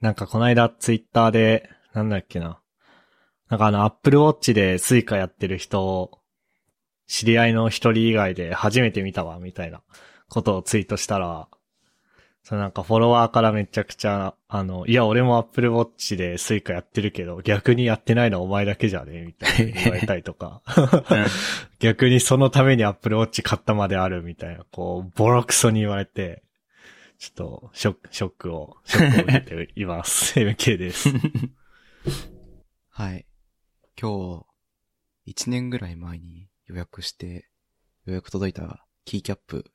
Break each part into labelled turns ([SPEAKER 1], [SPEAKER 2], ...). [SPEAKER 1] なんかこの間ツイッターで、なんだっけな。なんかあの、アップルウォッチでスイカやってる人を、知り合いの一人以外で初めて見たわ、みたいなことをツイートしたら、そのなんかフォロワーからめちゃくちゃ、あの、いや、俺もアップルウォッチでスイカやってるけど、逆にやってないのはお前だけじゃねみたいな言われたりとか。 逆にそのためにアップルウォッチ買ったまであるみたいな、こう、ボロクソに言われて、ちょっと、ショック、ショックを、ショックを受けています。MK です。
[SPEAKER 2] はい。今日、1年ぐらい前に予約して、予約届いたキーキャップ、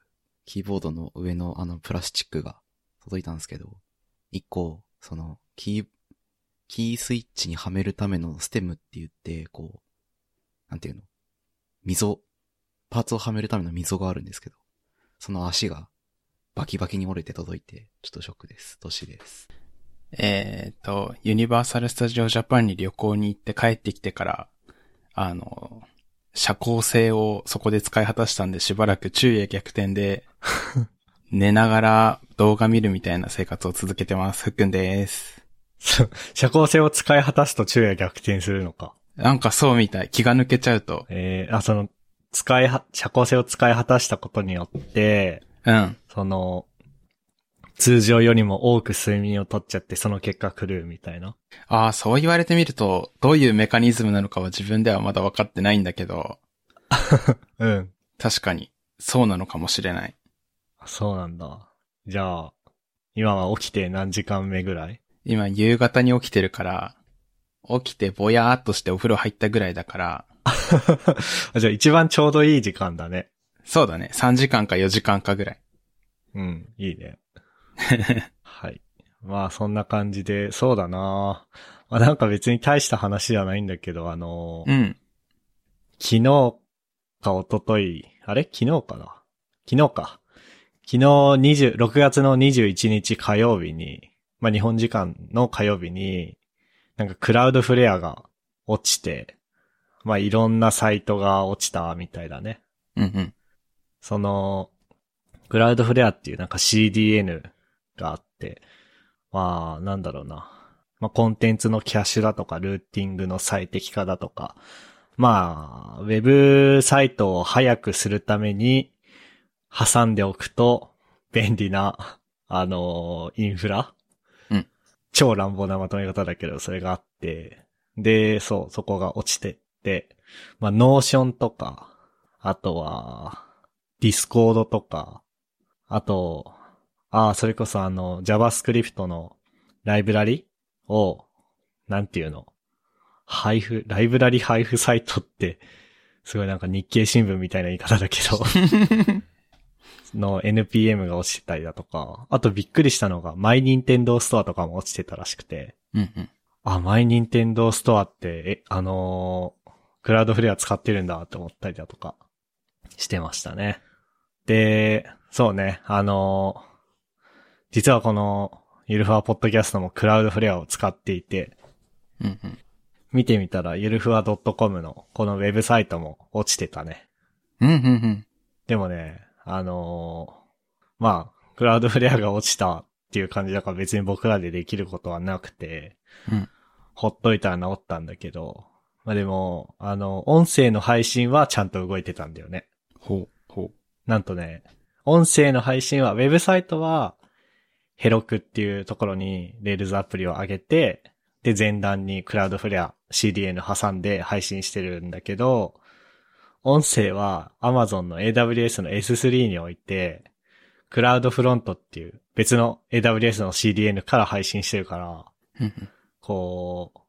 [SPEAKER 2] キーボードの上のあのプラスチックが届いたんですけど、1個、その、キー、キースイッチにはめるためのステムって言って、こう、なんていうの溝、パーツをはめるための溝があるんですけど、その足がバキバキに折れて届いて、ちょっとショックです。年です。
[SPEAKER 3] えっと、ユニバーサル・スタジオ・ジャパンに旅行に行って帰ってきてから、あの、社交性をそこで使い果たしたんでしばらく昼夜逆転で、寝ながら動画見るみたいな生活を続けてます。ふっくんです。
[SPEAKER 1] そう社交性を使い果たすと昼夜逆転するのか。
[SPEAKER 3] なんかそうみたい。気が抜けちゃうと。
[SPEAKER 1] えー、あ、その、使いは、社交性を使い果たしたことによって、
[SPEAKER 3] うん。
[SPEAKER 1] その、通常よりも多く睡眠をとっちゃって、その結果狂うみたいな。
[SPEAKER 3] ああ、そう言われてみると、どういうメカニズムなのかは自分ではまだ分かってないんだけど、
[SPEAKER 1] うん。
[SPEAKER 3] 確かに、そうなのかもしれない。
[SPEAKER 1] あそうなんだ。じゃあ、今は起きて何時間目ぐらい
[SPEAKER 3] 今、夕方に起きてるから、起きてぼやーっとしてお風呂入ったぐらいだから、
[SPEAKER 1] あじゃあ一番ちょうどいい時間だね。
[SPEAKER 3] そうだね、3時間か4時間かぐらい。
[SPEAKER 1] うん、いい ね。はい。まあそんな感じで、そうだなまあなんか別に大した話じゃないんだけど、あのー
[SPEAKER 3] うん。
[SPEAKER 1] 昨日か一昨日あれ昨日かな昨日か。昨日20、6月の21日火曜日に、まあ日本時間の火曜日に、なんかクラウドフレアが落ちて、まあいろんなサイトが落ちたみたいだね。
[SPEAKER 3] うんうん。
[SPEAKER 1] その、クラウドフレアっていうなんか CDN があって、まあ、なんだろうな。まあ、コンテンツのキャッシュだとか、ルーティングの最適化だとか、まあ、ウェブサイトを早くするために、挟んでおくと、便利な、あのインフラ
[SPEAKER 3] うん。
[SPEAKER 1] 超乱暴なまとめ方だけど、それがあって、で、そう、そこが落ちてって、まあ、ノーションとか、あとは、ディスコードとか、あと、ああ、それこそあの、JavaScript のライブラリを、なんていうの配布、ライブラリ配布サイトって、すごいなんか日経新聞みたいな言い方だけど、の NPM が落ちてたりだとか、あとびっくりしたのが、マイニンテンドーストアとかも落ちてたらしくて、
[SPEAKER 3] うんうん。
[SPEAKER 1] あ、マイニンテンドーストアって、え、あのークラウドフレア使ってるんだって思ったりだとか、してましたね。で、そうね、あのー実はこの、ゆるふわポッドキャストもクラウドフレアを使っていて、
[SPEAKER 3] うんうん。
[SPEAKER 1] 見てみたらゆるふわ .com のこのウェブサイトも落ちてたね。
[SPEAKER 3] うんうんうん。
[SPEAKER 1] でもね、あのーまあ、クラウドフレアが落ちたっていう感じだから別に僕らでできることはなくて、
[SPEAKER 3] うん
[SPEAKER 1] ほっといたら治ったんだけど、まあでも、あの、音声の配信はちゃんと動いてたんだよね。
[SPEAKER 3] ほう、ほ
[SPEAKER 1] なんとね、音声の配信は、ウェブサイトは、ヘロクっていうところにレールズアプリを上げて、で、前段にクラウドフレア CDN 挟んで配信してるんだけど、音声は Amazon の AWS の S3 において、クラウドフロントっていう別の AWS の CDN から配信してるから、
[SPEAKER 3] う。うんうん。
[SPEAKER 1] こう、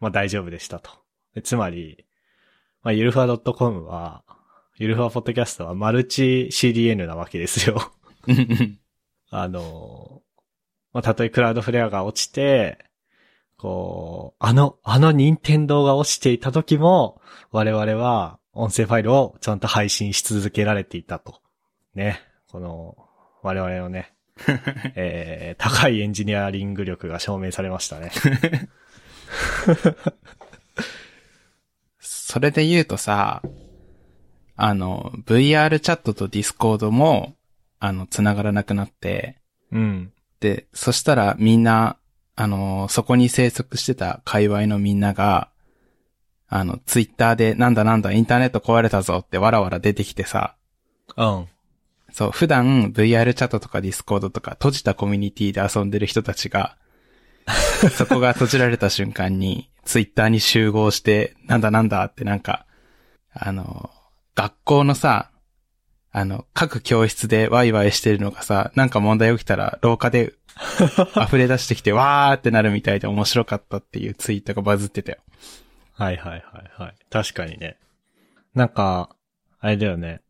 [SPEAKER 1] まあ大丈夫でしたと。でつまり、まあ、ゆるふわ .com は、ゆるふわポッドキャストはマルチ CDN なわけですよ。
[SPEAKER 3] うんうん
[SPEAKER 1] あの、まあ、たとえクラウドフレアが落ちて、こう、あの、あの任天堂が落ちていた時も、我々は音声ファイルをちゃんと配信し続けられていたと。ね。この、我々のね、えー、高いエンジニアリング力が証明されましたね。
[SPEAKER 3] それで言うとさ、あの、VR チャットと Discord も、あの、繋がらなくなって、
[SPEAKER 1] うん。
[SPEAKER 3] で、そしたらみんな、あの、そこに生息してた界隈のみんなが、あの、ツイッターで、なんだなんだ、インターネット壊れたぞってわらわら出てきてさ、
[SPEAKER 1] うん。
[SPEAKER 3] そう、普段 VR チャットとかディスコードとか閉じたコミュニティで遊んでる人たちが、そこが閉じられた瞬間に、ツイッターに集合して、なんだなんだってなんか、あの、学校のさ、あの、各教室でワイワイしてるのがさ、なんか問題起きたら廊下で溢れ出してきてわーってなるみたいで面白かったっていうツイートがバズってたよ。
[SPEAKER 1] はいはいはいはい。確かにね。なんか、あれだよね。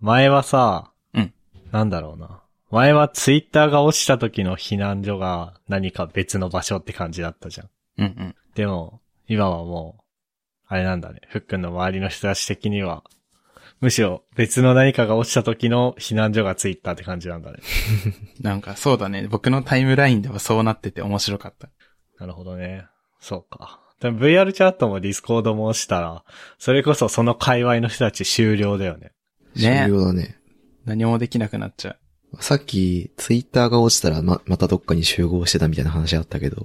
[SPEAKER 1] 前はさ、
[SPEAKER 3] うん
[SPEAKER 1] なんだろうな。前はツイッターが落ちた時の避難所が何か別の場所って感じだったじゃん。
[SPEAKER 3] うんうん。
[SPEAKER 1] でも、今はもう、あれなんだね。ふっくんの周りの人たち的には、むしろ別の何かが落ちた時の避難所がツイッターって感じなんだね。
[SPEAKER 3] なんかそうだね。僕のタイムラインではそうなってて面白かった。
[SPEAKER 1] なるほどね。そうか。でも VR チャットもディスコードもしたら、それこそその界隈の人たち終了だよね。
[SPEAKER 3] ね
[SPEAKER 2] 終了だね。
[SPEAKER 3] 何もできなくなっちゃう。
[SPEAKER 2] さっき、ツイッターが落ちたらま、またどっかに集合してたみたいな話あったけど、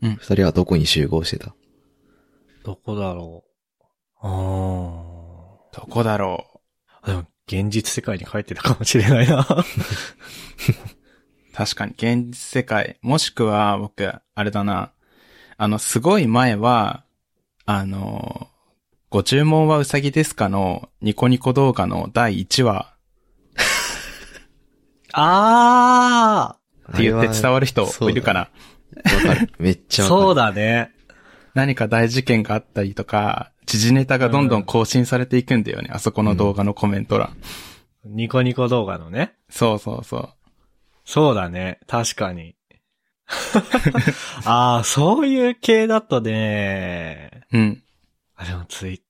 [SPEAKER 3] うん
[SPEAKER 2] 二人はどこに集合してた
[SPEAKER 1] どこだろう。あ
[SPEAKER 3] どこだろう。
[SPEAKER 1] あ。でも、現実世界に帰ってたかもしれないな。
[SPEAKER 3] 確かに、現実世界。もしくは、僕、あれだな。あの、すごい前は、あの、ご注文はうさぎですかのニコニコ動画の第1話
[SPEAKER 1] あ
[SPEAKER 3] って言って伝わる人
[SPEAKER 2] そうだ
[SPEAKER 3] いるかな。
[SPEAKER 2] わかる。めっ
[SPEAKER 1] あ
[SPEAKER 2] ちゃわかる。
[SPEAKER 1] そうだね。
[SPEAKER 3] 何か大事件があったりとか、時事ネタがどんどん更新されていくんだよね。あそこの動画のコメント欄。
[SPEAKER 1] ニコニコ動画のね。
[SPEAKER 3] そうそうそう。
[SPEAKER 1] そうだね。確か に。ああ、そういう系だとね。
[SPEAKER 3] うん。
[SPEAKER 1] あ、でもツイ、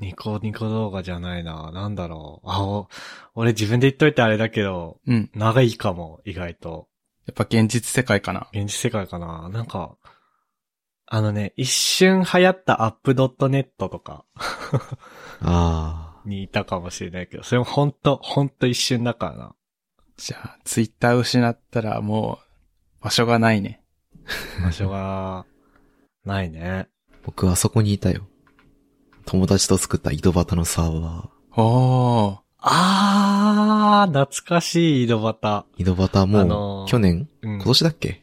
[SPEAKER 1] ニコニコ動画じゃないな。なんだろう。あ、お俺自分で言っといてあれだけど、
[SPEAKER 3] うん。
[SPEAKER 1] 長いかも、意外と。
[SPEAKER 3] やっぱ現実世界かな。
[SPEAKER 1] 現実世界かななんか、あのね、一瞬流行ったアップ .net とか
[SPEAKER 2] あ
[SPEAKER 1] にいたかもしれないけど、それもほんと、ほんと一瞬だから な。
[SPEAKER 3] じゃあ、ツイッター失ったらもう、場所がないね。
[SPEAKER 1] 場所が、ないね。
[SPEAKER 2] あ。僕はそこにいたよ。友達と作った井戸端のサーバ
[SPEAKER 3] おー。
[SPEAKER 1] あー、懐かしい井戸端。
[SPEAKER 2] ー。井戸端
[SPEAKER 1] あ
[SPEAKER 2] も
[SPEAKER 1] のー
[SPEAKER 2] う、去年、
[SPEAKER 1] うん
[SPEAKER 2] 今。年だっけ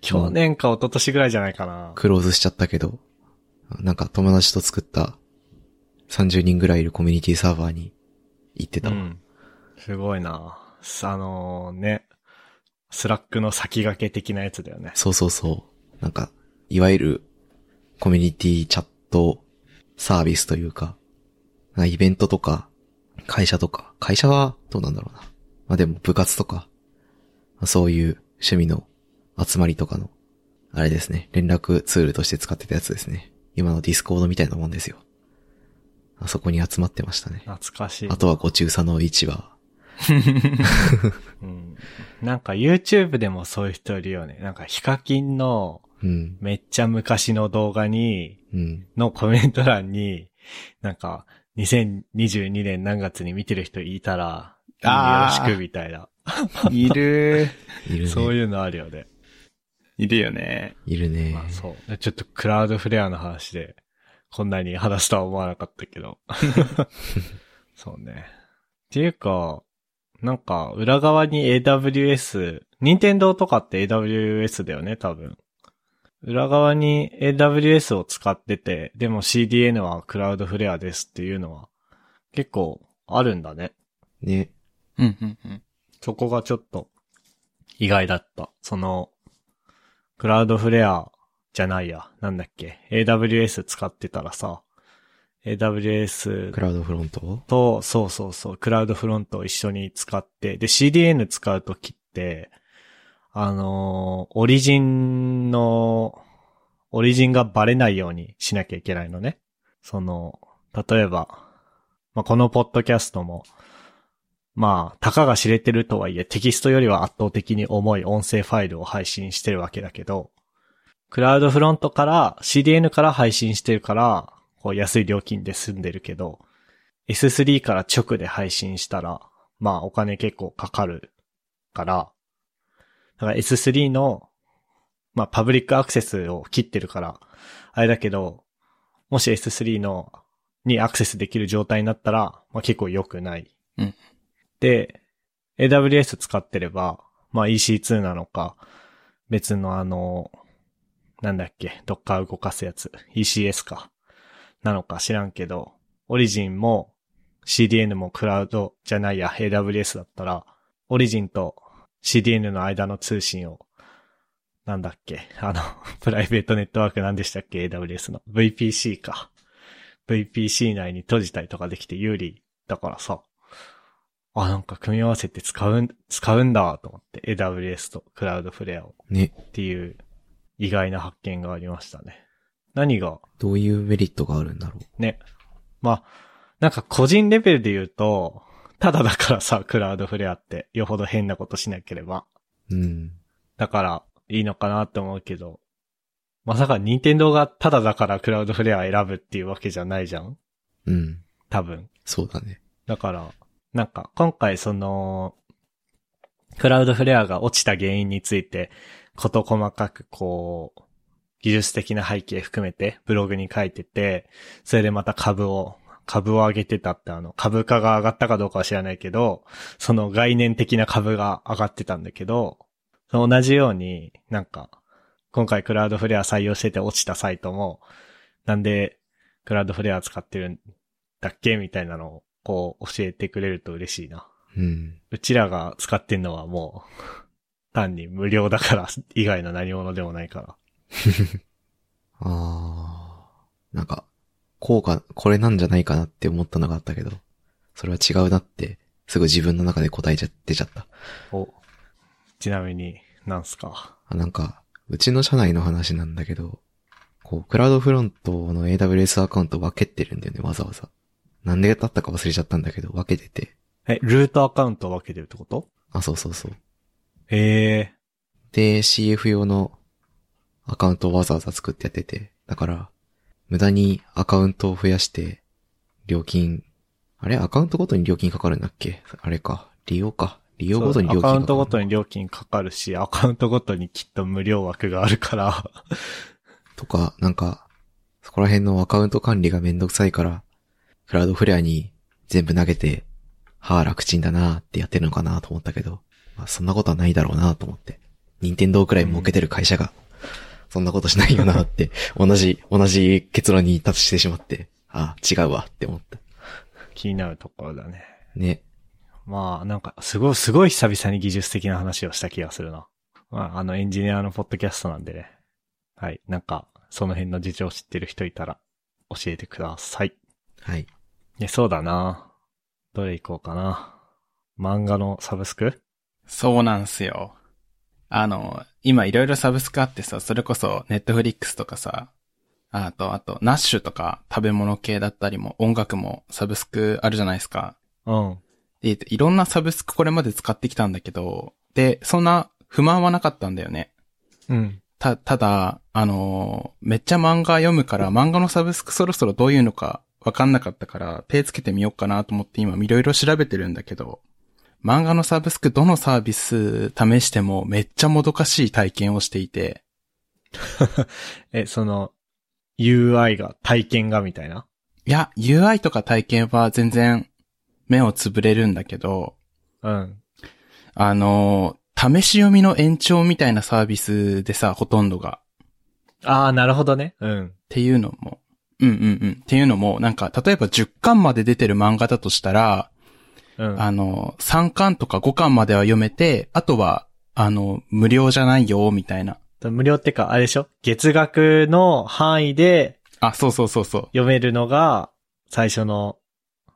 [SPEAKER 1] 去年か一昨年ぐらいじゃないかな。
[SPEAKER 2] クローズしちゃったけど、なんか友達と作った30人ぐらいいるコミュニティサーバーに行って
[SPEAKER 1] う
[SPEAKER 2] たわ。
[SPEAKER 1] ん。すごいな。すあのーね、スラックの先駆け的なやつだよね。
[SPEAKER 2] そうそうそう。なんか、いわゆるコミュニティチャットサービスというか、なんかイベントとか、会社とか、会社はどうなんだろうな。まあでも部活とか、まあそういう趣味の集まりとかの、あれですね、連絡ツールとして使ってたやつですね。今のディスコードみたいなもんですよ。あそこに集まってましたね。
[SPEAKER 1] 懐かしい
[SPEAKER 2] あ。とはご中佐の市場。
[SPEAKER 1] うん。なんか YouTube でもそういう人いるよね。なんかヒカキンの
[SPEAKER 2] うん、
[SPEAKER 1] めっちゃ昔の動画に、
[SPEAKER 2] うん。
[SPEAKER 1] のコメント欄に、なんか2022年何月に見てる人いたら、よろ
[SPEAKER 3] あー
[SPEAKER 1] しくみたいな。
[SPEAKER 3] いる。
[SPEAKER 2] いるね。
[SPEAKER 1] そういうのあるよね。
[SPEAKER 3] いるよね。
[SPEAKER 2] いるね。
[SPEAKER 1] まあそう。でちょっとクラウドフレアの話で、こんなに話すとは思わなかったけど。そうね。っていうか、なんか、裏側に AWS、任天堂とかって AWS だよね、多分。裏側に AWS を使ってて、でも CDN はクラウドフレアですっていうのは、結構あるんだね。
[SPEAKER 2] ね。
[SPEAKER 3] うんうんうん。
[SPEAKER 1] そこがちょっと意外だった。その、クラウドフレアじゃないや。なんだっけ。AWS 使ってたらさ、AWS
[SPEAKER 2] クラウドフロント
[SPEAKER 1] と、そうそうそう、クラウドフロントを一緒に使って、で、CDN 使うときって、あのーオリジンの、オリジンがバレないようにしなきゃいけないのね。その、例えば、まあ、このポッドキャストも、まあ、たかが知れてるとはいえ、テキストよりは圧倒的に重い音声ファイルを配信してるわけだけど、クラウドフロントから、CDN から配信してるから、こう安い料金で済んでるけど、S3 から直で配信したら、まあお金結構かかるから、だから S3 のまあ、パブリックアクセスを切ってるから、あれだけど、もし S3 の、にアクセスできる状態になったら、まあ、結構良くない。
[SPEAKER 3] うん
[SPEAKER 1] で、AWS 使ってれば、まあ、EC2 なのか、別のあの、なんだっけ、どっか動かすやつ、ECS か、なのか知らんけど、オリジンも CDN もクラウドじゃないや、AWS だったら、オリジンと CDN の間の通信を、なんだっけ、あの、 プライベートネットワークなんでしたっけ、AWS の。VPC か。VPC 内に閉じたりとかできて有利だからさ。あ、なんか組み合わせて使うん、使うんだと思って、AWS とクラウドフレアを
[SPEAKER 2] ね。
[SPEAKER 1] っていう意外な発見がありましたね。何が
[SPEAKER 2] どういうメリットがあるんだろう。
[SPEAKER 1] ね。まあ、なんか個人レベルで言うと、ただだからさ、クラウドフレアって、よほど変なことしなければ。
[SPEAKER 2] うん。
[SPEAKER 1] だから、いいのかなって思うけど、まさか任天堂がただだからクラウドフレア選ぶっていうわけじゃないじゃん
[SPEAKER 2] うん。
[SPEAKER 1] 多分。
[SPEAKER 2] そうだね。
[SPEAKER 1] だから、なんか今回その、クラウドフレアが落ちた原因について、こと細かくこう、技術的な背景含めてブログに書いてて、それでまた株を、株を上げてたってあの、株価が上がったかどうかは知らないけど、その概念的な株が上がってたんだけど、その同じようになんか、今回クラウドフレア採用してて落ちたサイトも、なんでクラウドフレア使ってるんだっけみたいなのをこう教えてくれると嬉しいな。
[SPEAKER 2] うん。
[SPEAKER 1] うちらが使ってんのはもう、単に無料だから以外の何物でもないから。
[SPEAKER 2] あー。なんか、効果、これなんじゃないかなって思ったのがあったけど、それは違うなって、すぐ自分の中で答えちゃ、出ちゃった。
[SPEAKER 1] お。ちなみに、なんすか。
[SPEAKER 2] あ、なんか、うちの社内の話なんだけど、こう、クラウドフロントの AWS アカウント分けてるんだよね、わざわざ。なんでだったか忘れちゃったんだけど、分けてて。
[SPEAKER 1] え、ルートアカウントを分けてるってこと
[SPEAKER 2] あ、そうそうそう。
[SPEAKER 1] ええ
[SPEAKER 2] で、CF 用のアカウントをわざわざ作ってやってて。だから、無駄にアカウントを増やして、料金、あれアカウントごとに料金かかるんだっけあれか。利用か。利用ごとに料金
[SPEAKER 1] アカ
[SPEAKER 2] かかる
[SPEAKER 1] ウ
[SPEAKER 2] の
[SPEAKER 1] ン
[SPEAKER 2] か。
[SPEAKER 1] トごとに料金かかるし、アカウントごとにきっと無料枠があるから。
[SPEAKER 2] とか、なんか、そこら辺のアカウント管理がめんどくさいから、クラウドフレアに全部投げて、はあ、楽ちんだなーってやってるのかなと思ったけど、まあ、そんなことはないだろうなと思って。任天堂くらい儲けてる会社が、そんなことしないよなって、同じ、同じ結論に達してしまって、あ違うわって思った。
[SPEAKER 1] 気になるところだね。
[SPEAKER 2] ね。
[SPEAKER 1] まあ、なんか、すごい、すごい久々に技術的な話をした気がするな。まあ、あの、エンジニアのポッドキャストなんでね。はい。なんか、その辺の事情を知ってる人いたら、教えてください。
[SPEAKER 2] はい。
[SPEAKER 1] え、そうだな。どれ行こうかな。漫画のサブスク
[SPEAKER 3] そうなんすよ。あの、今いろいろサブスクあってさ、それこそネットフリックスとかさ、あと、あと、ナッシュとか食べ物系だったりも音楽もサブスクあるじゃないですか。
[SPEAKER 1] うん。
[SPEAKER 3] で、いろんなサブスクこれまで使ってきたんだけど、で、そんな不満はなかったんだよね。
[SPEAKER 1] うん。
[SPEAKER 3] た、ただ、あのーめっちゃ漫画読むから、漫画のサブスクそろそろどういうのかわかんなかったから、手つけてみようかなと思って今いろいろ調べてるんだけど、漫画のサブスクどのサービス試してもめっちゃもどかしい体験をしていて、
[SPEAKER 1] え、その、UI が、体験がみたいな。
[SPEAKER 3] いや、UI とか体験は全然目をつぶれるんだけど、
[SPEAKER 1] うん。
[SPEAKER 3] あのー試し読みの延長みたいなサービスでさ、ほとんどが。
[SPEAKER 1] ああ、なるほどね。うん。
[SPEAKER 3] っていうのも、うんうんうん。っていうのも、なんか、例えば10巻まで出てる漫画だとしたら、
[SPEAKER 1] うん。
[SPEAKER 3] あの、3巻とか5巻までは読めて、あとは、あの、無料じゃないよ、みたいな。
[SPEAKER 1] 無料ってか、あれでしょ月額の範囲で
[SPEAKER 3] あ、そうそうそうそう。
[SPEAKER 1] 読めるのが、最初の、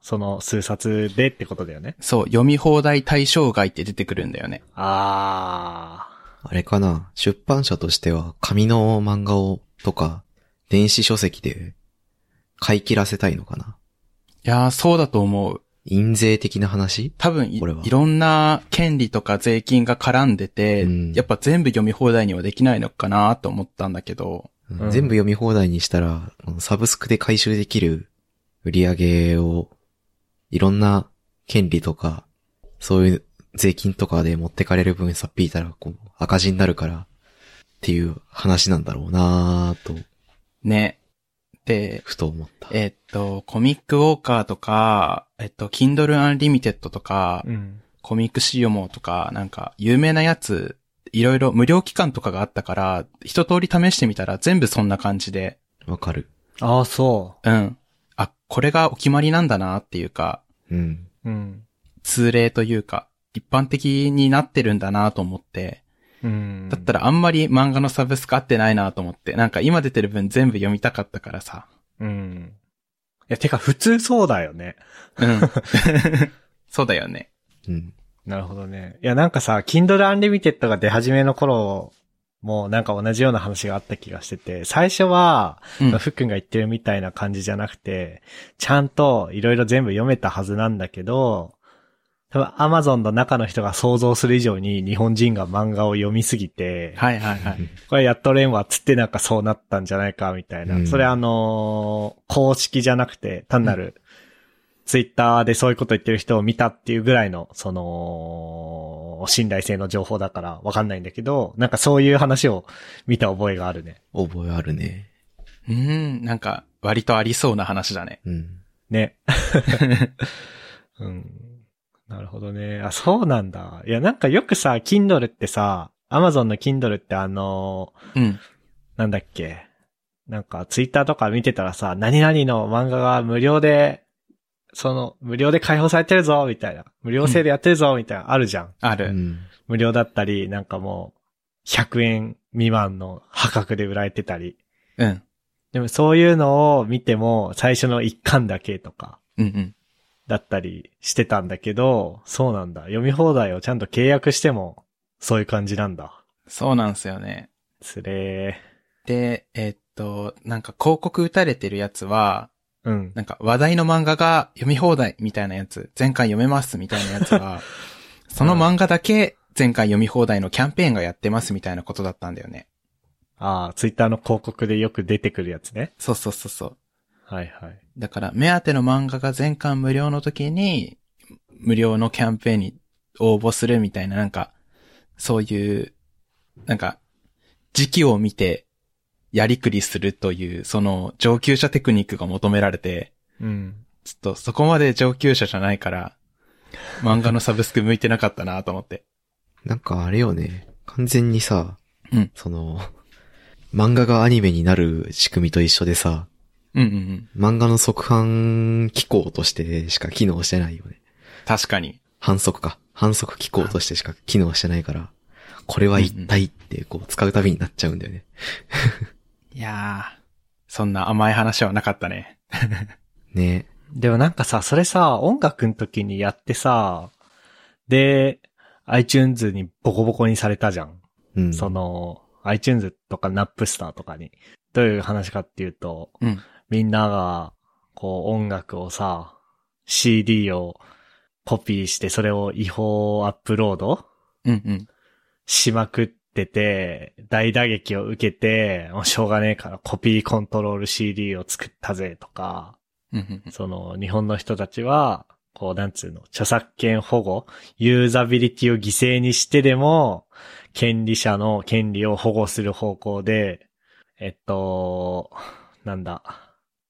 [SPEAKER 1] その数冊でってことだよね。
[SPEAKER 3] そう、読み放題対象外って出てくるんだよね。
[SPEAKER 1] あ
[SPEAKER 2] あれかな。出版社としては、紙の漫画を、とか、電子書籍で、買い切らせたいのかな。
[SPEAKER 3] いやー、そうだと思う。
[SPEAKER 2] 印税的な話
[SPEAKER 3] 多分い、
[SPEAKER 2] これはい
[SPEAKER 3] ろんな権利とか税金が絡んでて、
[SPEAKER 2] うん
[SPEAKER 3] やっぱ全部読み放題にはできないのかなと思ったんだけど、
[SPEAKER 1] うん
[SPEAKER 2] 全部読み放題にしたら、あのサブスクで回収できる売り上げを、いろんな権利とか、そういう税金とかで持ってかれる分さっぴいたら、こう、赤字になるから、っていう話なんだろうなぁと、
[SPEAKER 3] ね。で、
[SPEAKER 2] ふと思った。
[SPEAKER 3] えっと、コミックウォーカーとか、えっと、Kindle Unlimited とか、
[SPEAKER 1] うん。
[SPEAKER 3] コミックシオモとか、なんか、有名なやつ、いろいろ無料期間とかがあったから、一通り試してみたら全部そんな感じで、
[SPEAKER 2] わかる。
[SPEAKER 1] ああ、そ
[SPEAKER 3] うん。あ、これがお決まりなんだなっていうか、
[SPEAKER 2] うん。
[SPEAKER 1] う。うん。
[SPEAKER 3] 通例というか、一般的になってるんだなと思って、
[SPEAKER 1] うん。
[SPEAKER 3] だったらあんまり漫画のサブスク合ってないなと思って、なんか今出てる分全部読みたかったからさ。
[SPEAKER 1] うん。いや、てか普通そうだよね。
[SPEAKER 3] うん。そうだよね。
[SPEAKER 2] うん。
[SPEAKER 1] なるほどね。いや、なんかさ、Kindle Unlimited が出始めの頃もなんか同じような話があった気がしてて、最初は、
[SPEAKER 3] うん
[SPEAKER 1] ふっくんが言ってるみたいな感じじゃなくて、ちゃんといろいろ全部読めたはずなんだけど、多分 Amazon の中の人が想像する以上に日本人が漫画を読みすぎて、
[SPEAKER 3] はいはいはい。
[SPEAKER 1] これやっとれんわっつってなんかそうなったんじゃないかみたいな。
[SPEAKER 2] うん
[SPEAKER 1] それあのー公式じゃなくて単なるツイッターでそういうこと言ってる人を見たっていうぐらいの、その、信頼性の情報だからわかんないんだけど、なんかそういう話を見た覚えがあるね。
[SPEAKER 2] 覚えあるね。
[SPEAKER 3] うん、なんか、割とありそうな話だね。
[SPEAKER 2] うん。
[SPEAKER 1] ね。 うん。なるほどね。あ、そうなんだ。いや、なんかよくさ、Kindle ってさ、Amazon の Kindle ってあのー
[SPEAKER 3] うん。
[SPEAKER 1] なんだっけ。なんか、ツイッターとか見てたらさ、何々の漫画が無料で、その、無料で開放されてるぞ、みたいな。無料制でやってるぞ、みたいな、あるじゃん。
[SPEAKER 3] あ
[SPEAKER 2] う
[SPEAKER 3] る。
[SPEAKER 2] ん。
[SPEAKER 1] 無料だったり、なんかもう、100円未満の破格で売られてたり。
[SPEAKER 3] うん。
[SPEAKER 1] でもそういうのを見ても、最初の一巻だけとか、
[SPEAKER 3] うんうん。
[SPEAKER 1] だったりしてたんだけど、そうなんだ。読み放題をちゃんと契約しても、そういう感じなんだ。
[SPEAKER 3] そうなんですよね。
[SPEAKER 1] つれ
[SPEAKER 3] で、えっと、なんか広告打たれてるやつは、
[SPEAKER 1] ー。うん。
[SPEAKER 3] なんか話題の漫画が読み放題みたいなやつ、全巻読めますみたいなやつは、その漫画だけ全巻読み放題のキャンペーンがやってますみたいなことだったんだよね。
[SPEAKER 1] ああ、ツイッターの広告でよく出てくるやつね。
[SPEAKER 3] そうそうそうそう。
[SPEAKER 1] はいはい。
[SPEAKER 3] だから、目当ての漫画が全巻無料の時に、無料のキャンペーンに応募するみたいな、なんか、そういう、なんか、時期を見て、やりくりするという、その上級者テクニックが求められて、
[SPEAKER 1] うん。
[SPEAKER 3] ちょっとそこまで上級者じゃないから、漫画のサブスク向いてなかったなと思って。
[SPEAKER 2] なんかあれよね。完全にさ、
[SPEAKER 3] うん
[SPEAKER 2] その、 漫画がアニメになる仕組みと一緒でさ、
[SPEAKER 3] うんうんうん。
[SPEAKER 2] 漫画の即販機構としてしか機能してないよね。
[SPEAKER 3] 確かに。
[SPEAKER 2] 反則か。反則機構としてしか機能してないから、これは一体ってこう使うたびになっちゃうんだよね。
[SPEAKER 3] いやー、そんな甘い話はなかったね。
[SPEAKER 2] ね
[SPEAKER 1] でもなんかさ、それさ、音楽の時にやってさ、で、iTunes にボコボコにされたじゃん。
[SPEAKER 2] うん。
[SPEAKER 1] その、iTunes とか Napster とかに。どういう話かっていうと、
[SPEAKER 3] うん
[SPEAKER 1] みんなが、こう音楽をさ、CD をコピーして、それを違法アップロード
[SPEAKER 3] うんうん。
[SPEAKER 1] しまくってて、大打撃を受けて、もうしょうがねえからコピーコントロール CD を作ったぜとか、
[SPEAKER 3] うんうんうん。
[SPEAKER 1] その日本の人たちは、こうなんつうの、著作権保護、ユーザビリティを犠牲にしてでも、権利者の権利を保護する方向で、えっと、なんだ、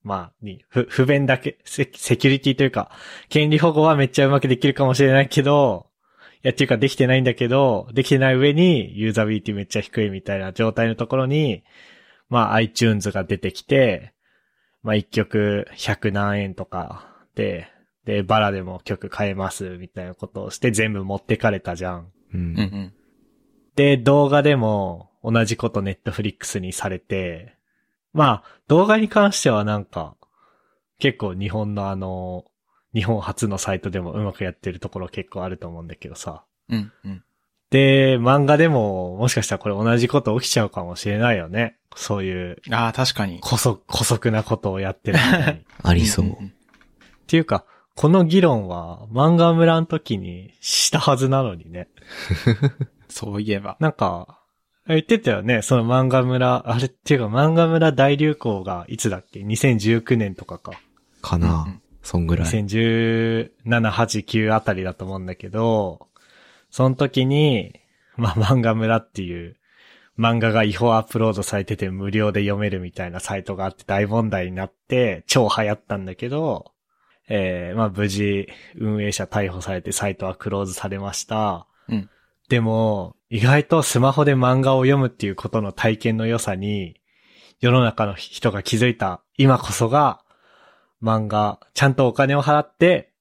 [SPEAKER 1] まあ、に、ふ、不便だけ、セセキュリティというか、権利保護はめっちゃうまくできるかもしれないけど、いや、っていうかできてないんだけど、できてない上にユーザビリティめっちゃ低いみたいな状態のところに、まあ iTunes が出てきて、まあ一曲100何円とかで、で、バラでも曲買えますみたいなことをして全部持ってかれたじゃん。
[SPEAKER 3] う
[SPEAKER 2] う。
[SPEAKER 3] んうんん。
[SPEAKER 1] で、動画でも同じことネットフリックスにされて、まあ、動画に関してはなんか、結構日本のあの、日本初のサイトでもうまくやってるところ結構あると思うんだけどさ。
[SPEAKER 3] うんうん。
[SPEAKER 1] で、漫画でももしかしたらこれ同じこと起きちゃうかもしれないよね。そういう、
[SPEAKER 3] ああ、確かに。
[SPEAKER 1] こそ、こそくなことをやってるみたいに。
[SPEAKER 2] ありそ
[SPEAKER 3] ん。
[SPEAKER 2] うん
[SPEAKER 3] ん
[SPEAKER 1] っていうか、この議論は漫画村の時にしたはずなのにね。
[SPEAKER 3] そういえば。
[SPEAKER 1] なんか、言ってたよね、その漫画村、あれっていうか漫画村大流行がいつだっけ ?2019 年とかか。
[SPEAKER 2] か
[SPEAKER 3] うんう
[SPEAKER 2] なんそんぐらい。
[SPEAKER 1] 2017、8、9あたりだと思うんだけど、その時に、まあ漫画村っていう漫画が違法アップロードされてて無料で読めるみたいなサイトがあって大問題になって超流行ったんだけど、えー、まあ無事運営者逮捕されてサイトはクローズされました。
[SPEAKER 3] うん
[SPEAKER 1] でも、意外とスマホで漫画を読むっていうことの体験の良さに、世の中の人が気づいた今こそが、漫画、ちゃんとお金を払って、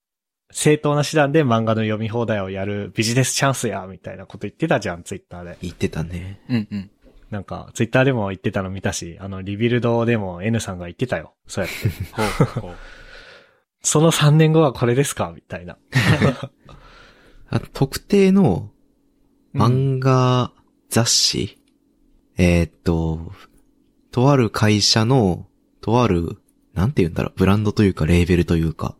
[SPEAKER 1] 正当な手段で漫画の読み放題をやるビジネスチャンスや、みたいなこと言ってたじゃん、ツイッターで。
[SPEAKER 2] 言ってたね。
[SPEAKER 3] うんうん。
[SPEAKER 1] なんか、ツイッターでも言ってたの見たし、あの、リビルドでも N さんが言ってたよ。そうや って。
[SPEAKER 3] ほうほ う。
[SPEAKER 1] その3年後はこれですかみたいな。
[SPEAKER 2] あ特定の
[SPEAKER 1] うん
[SPEAKER 2] 漫画雑誌、えーっと、とある会社の、とある、なんて言うんだろう、ブランドというかレーベルというか、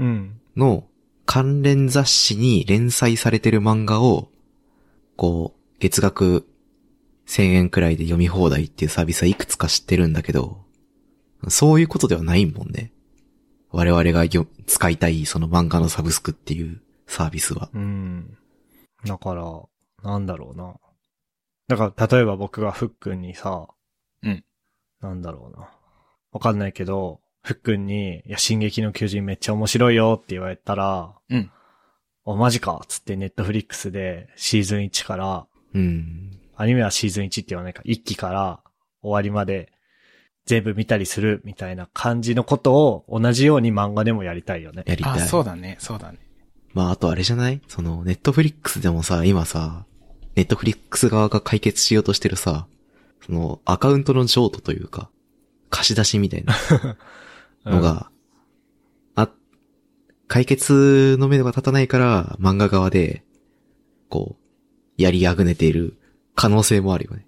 [SPEAKER 1] うん。
[SPEAKER 2] の関連雑誌に連載されてる漫画を、こう、月額1000円くらいで読み放題っていうサービスはいくつか知ってるんだけど、そういうことではないもんね。我々がよ使いたいその漫画のサブスクっていうサービスは。
[SPEAKER 1] うん。だから、なんだろうな。だから、例えば僕がふっくんにさ、
[SPEAKER 3] うん。
[SPEAKER 1] なんだろうな。わかんないけど、ふっくんに、いや、進撃の巨人めっちゃ面白いよって言われたら、
[SPEAKER 3] うん。
[SPEAKER 1] お、マジかっつってネットフリックスでシーズン1から、
[SPEAKER 2] うん。
[SPEAKER 1] アニメはシーズン1って言わないか、1期から終わりまで全部見たりするみたいな感じのことを同じように漫画でもやりたいよね。
[SPEAKER 2] やりた
[SPEAKER 3] あ、
[SPEAKER 2] い。
[SPEAKER 3] そうだね、そうだね。
[SPEAKER 2] まあ、あとあれじゃないその、ネットフリックスでもさ、今さ、ネットフリックス側が解決しようとしてるさ、その、アカウントの譲渡というか、貸し出しみたいな
[SPEAKER 1] うん
[SPEAKER 2] のが、あ、解決の目が立たないから、漫画側で、こう、やりあぐねている可能性もあるよね。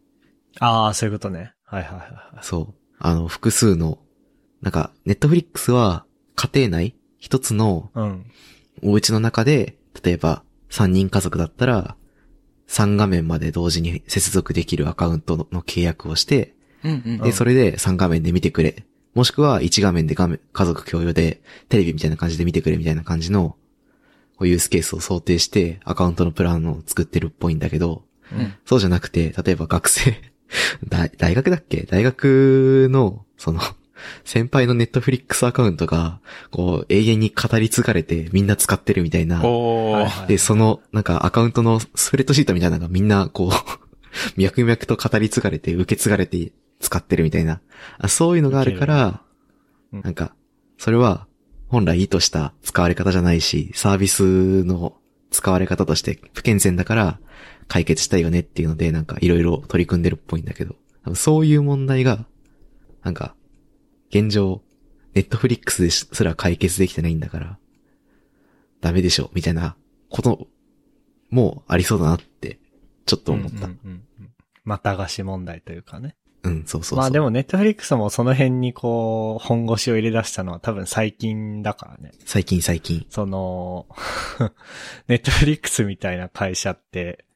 [SPEAKER 1] ああ、そういうことね。はいはいはいはい。
[SPEAKER 2] そう。あの、複数の、なんか、ネットフリックスは、家庭内、一つの
[SPEAKER 1] うん。
[SPEAKER 2] お家の中で、例えば3人家族だったら、3画面まで同時に接続できるアカウントのの契約をして、
[SPEAKER 3] うんうん。
[SPEAKER 1] う
[SPEAKER 2] で、
[SPEAKER 1] ん
[SPEAKER 2] それで3画面で見てくれ。もしくは1画面で画面、家族共有でテレビみたいな感じで見てくれみたいな感じの、こういうスケースを想定してアカウントのプランを作ってるっぽいんだけど、
[SPEAKER 3] うん
[SPEAKER 2] そうじゃなくて、例えば学生、 大大学だっけ大学の、その、 先輩のネットフリックスアカウントが、こう、永遠に語り継がれてみんな使ってるみたいな。
[SPEAKER 3] お
[SPEAKER 1] はい
[SPEAKER 3] ー。
[SPEAKER 1] はい
[SPEAKER 2] で、その、なんかアカウントのスプレッドシートみたいなのがみんな、こう、 脈々と語り継がれて、受け継がれて使ってるみたいな。あそういうのがあるから、
[SPEAKER 1] うん
[SPEAKER 2] なんか、それは、本来意図した使われ方じゃないし、サービスの使われ方として不健全だから、解決したいよねっていうので、なんかいろいろ取り組んでるっぽいんだけど、多分そういう問題が、なんか、現状、ネットフリックスですら解決できてないんだから、ダメでしょ、みたいなこと、もうありそうだなって、ちょっと思った。
[SPEAKER 1] う
[SPEAKER 2] うんん、
[SPEAKER 1] うんうんうんまたがし問題というかね。
[SPEAKER 2] そうそうそう。
[SPEAKER 1] まあでもネットフリックスもその辺にこう、本腰を入れ出したのは多分最近だからね。
[SPEAKER 2] 最近最近。
[SPEAKER 1] その、 ネットフリックスみたいな会社って、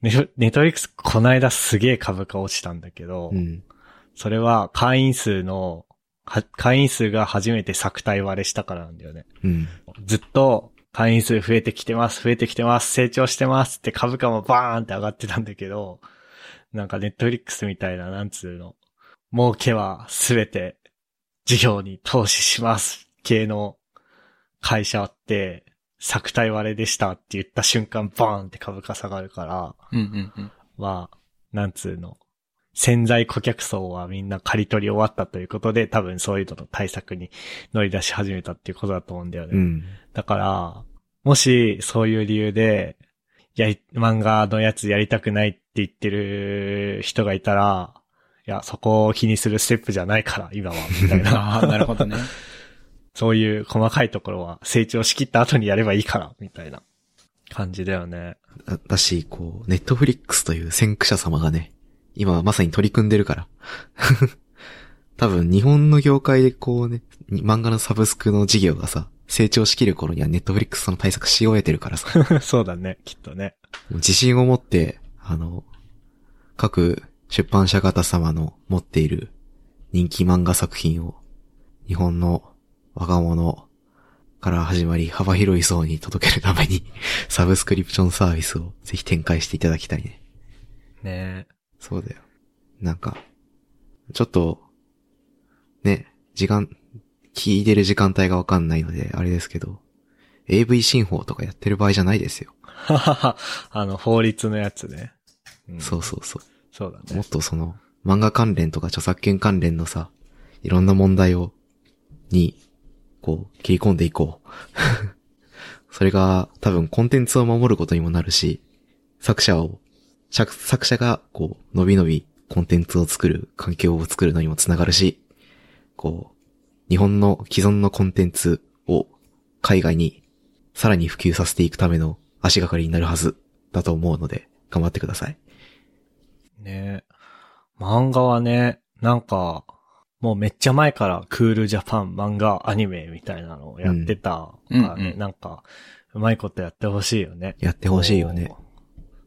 [SPEAKER 1] ネトネットフリックスこないだすげえ株価落ちたんだけど、
[SPEAKER 2] うん。
[SPEAKER 1] それは会員数の、は会員数が初めて削体割れしたからなんだよね。
[SPEAKER 2] うん。
[SPEAKER 1] ずっと会員数増えてきてます、増えてきてます、成長してますって株価もバーンって上がってたんだけど、なんかネットフリックスみたいな、なんつうの、儲けはすべて事業に投資します系の会社って、削体割れでしたって言った瞬間バーンって株価下がるから、
[SPEAKER 3] うんうんうん。
[SPEAKER 1] は、なんつうの、潜在顧客層はみんな刈り取り終わったということで、多分そういうのの対策に乗り出し始めたっていうことだと思うんだよね。
[SPEAKER 2] うん。
[SPEAKER 1] だから、もしそういう理由で、やり、漫画のやつやりたくないって言ってる人がいたら、いや、そこを気にするステップじゃないから、今は、みたい な。
[SPEAKER 3] ああ、なるほどね。
[SPEAKER 1] そういう細かいところは成長しきった後にやればいいから、みたいな感じだよね。
[SPEAKER 2] だだし、こう、ネットフリックスという先駆者様がね、今まさに取り組んでるから。 多分日本の業界でこうね、に漫画のサブスクの事業がさ、成長しきる頃にはネットフリックスその対策し終えてるからさ、も
[SPEAKER 1] そうだね、きっとね。
[SPEAKER 2] う自信を持って、あの、各出版社方様の持っている人気漫画作品を、日本の若者から始まり幅広い層に 届けるために、サブスクリプションサービスをぜひ展開していただきたいね。
[SPEAKER 1] ねえ。
[SPEAKER 2] そうだよ。なんか、ちょっと、ね、時間、聞いてる時間帯がわかんないので、あれですけど、AV 新法とかやってる場合じゃないですよ。
[SPEAKER 1] ははは あの、法律のやつね。ん
[SPEAKER 2] そうそうそ
[SPEAKER 1] そうだ
[SPEAKER 2] う。
[SPEAKER 1] ね
[SPEAKER 2] もっ。とその、漫画関連とか著作権関連のさ、いろんな問題を、に、こう、切り込んでいこう。 それが、多分コンテンツを守ることにもなるし、作者を、作作者が、こう、のびのびコンテンツを作る、環境を作るのにもつながるし、こう、日本の既存のコンテンツを海外にさらに普及させていくための足がかりになるはずだと思うので、頑張ってください。
[SPEAKER 1] ね漫画はね、なんか、もうめっちゃ前からクールジャパン漫画アニメみたいなのをやってたからね、
[SPEAKER 3] うんうん
[SPEAKER 1] なんか、うまいことやってほしいよね。
[SPEAKER 2] やってほしいよね。
[SPEAKER 1] こう。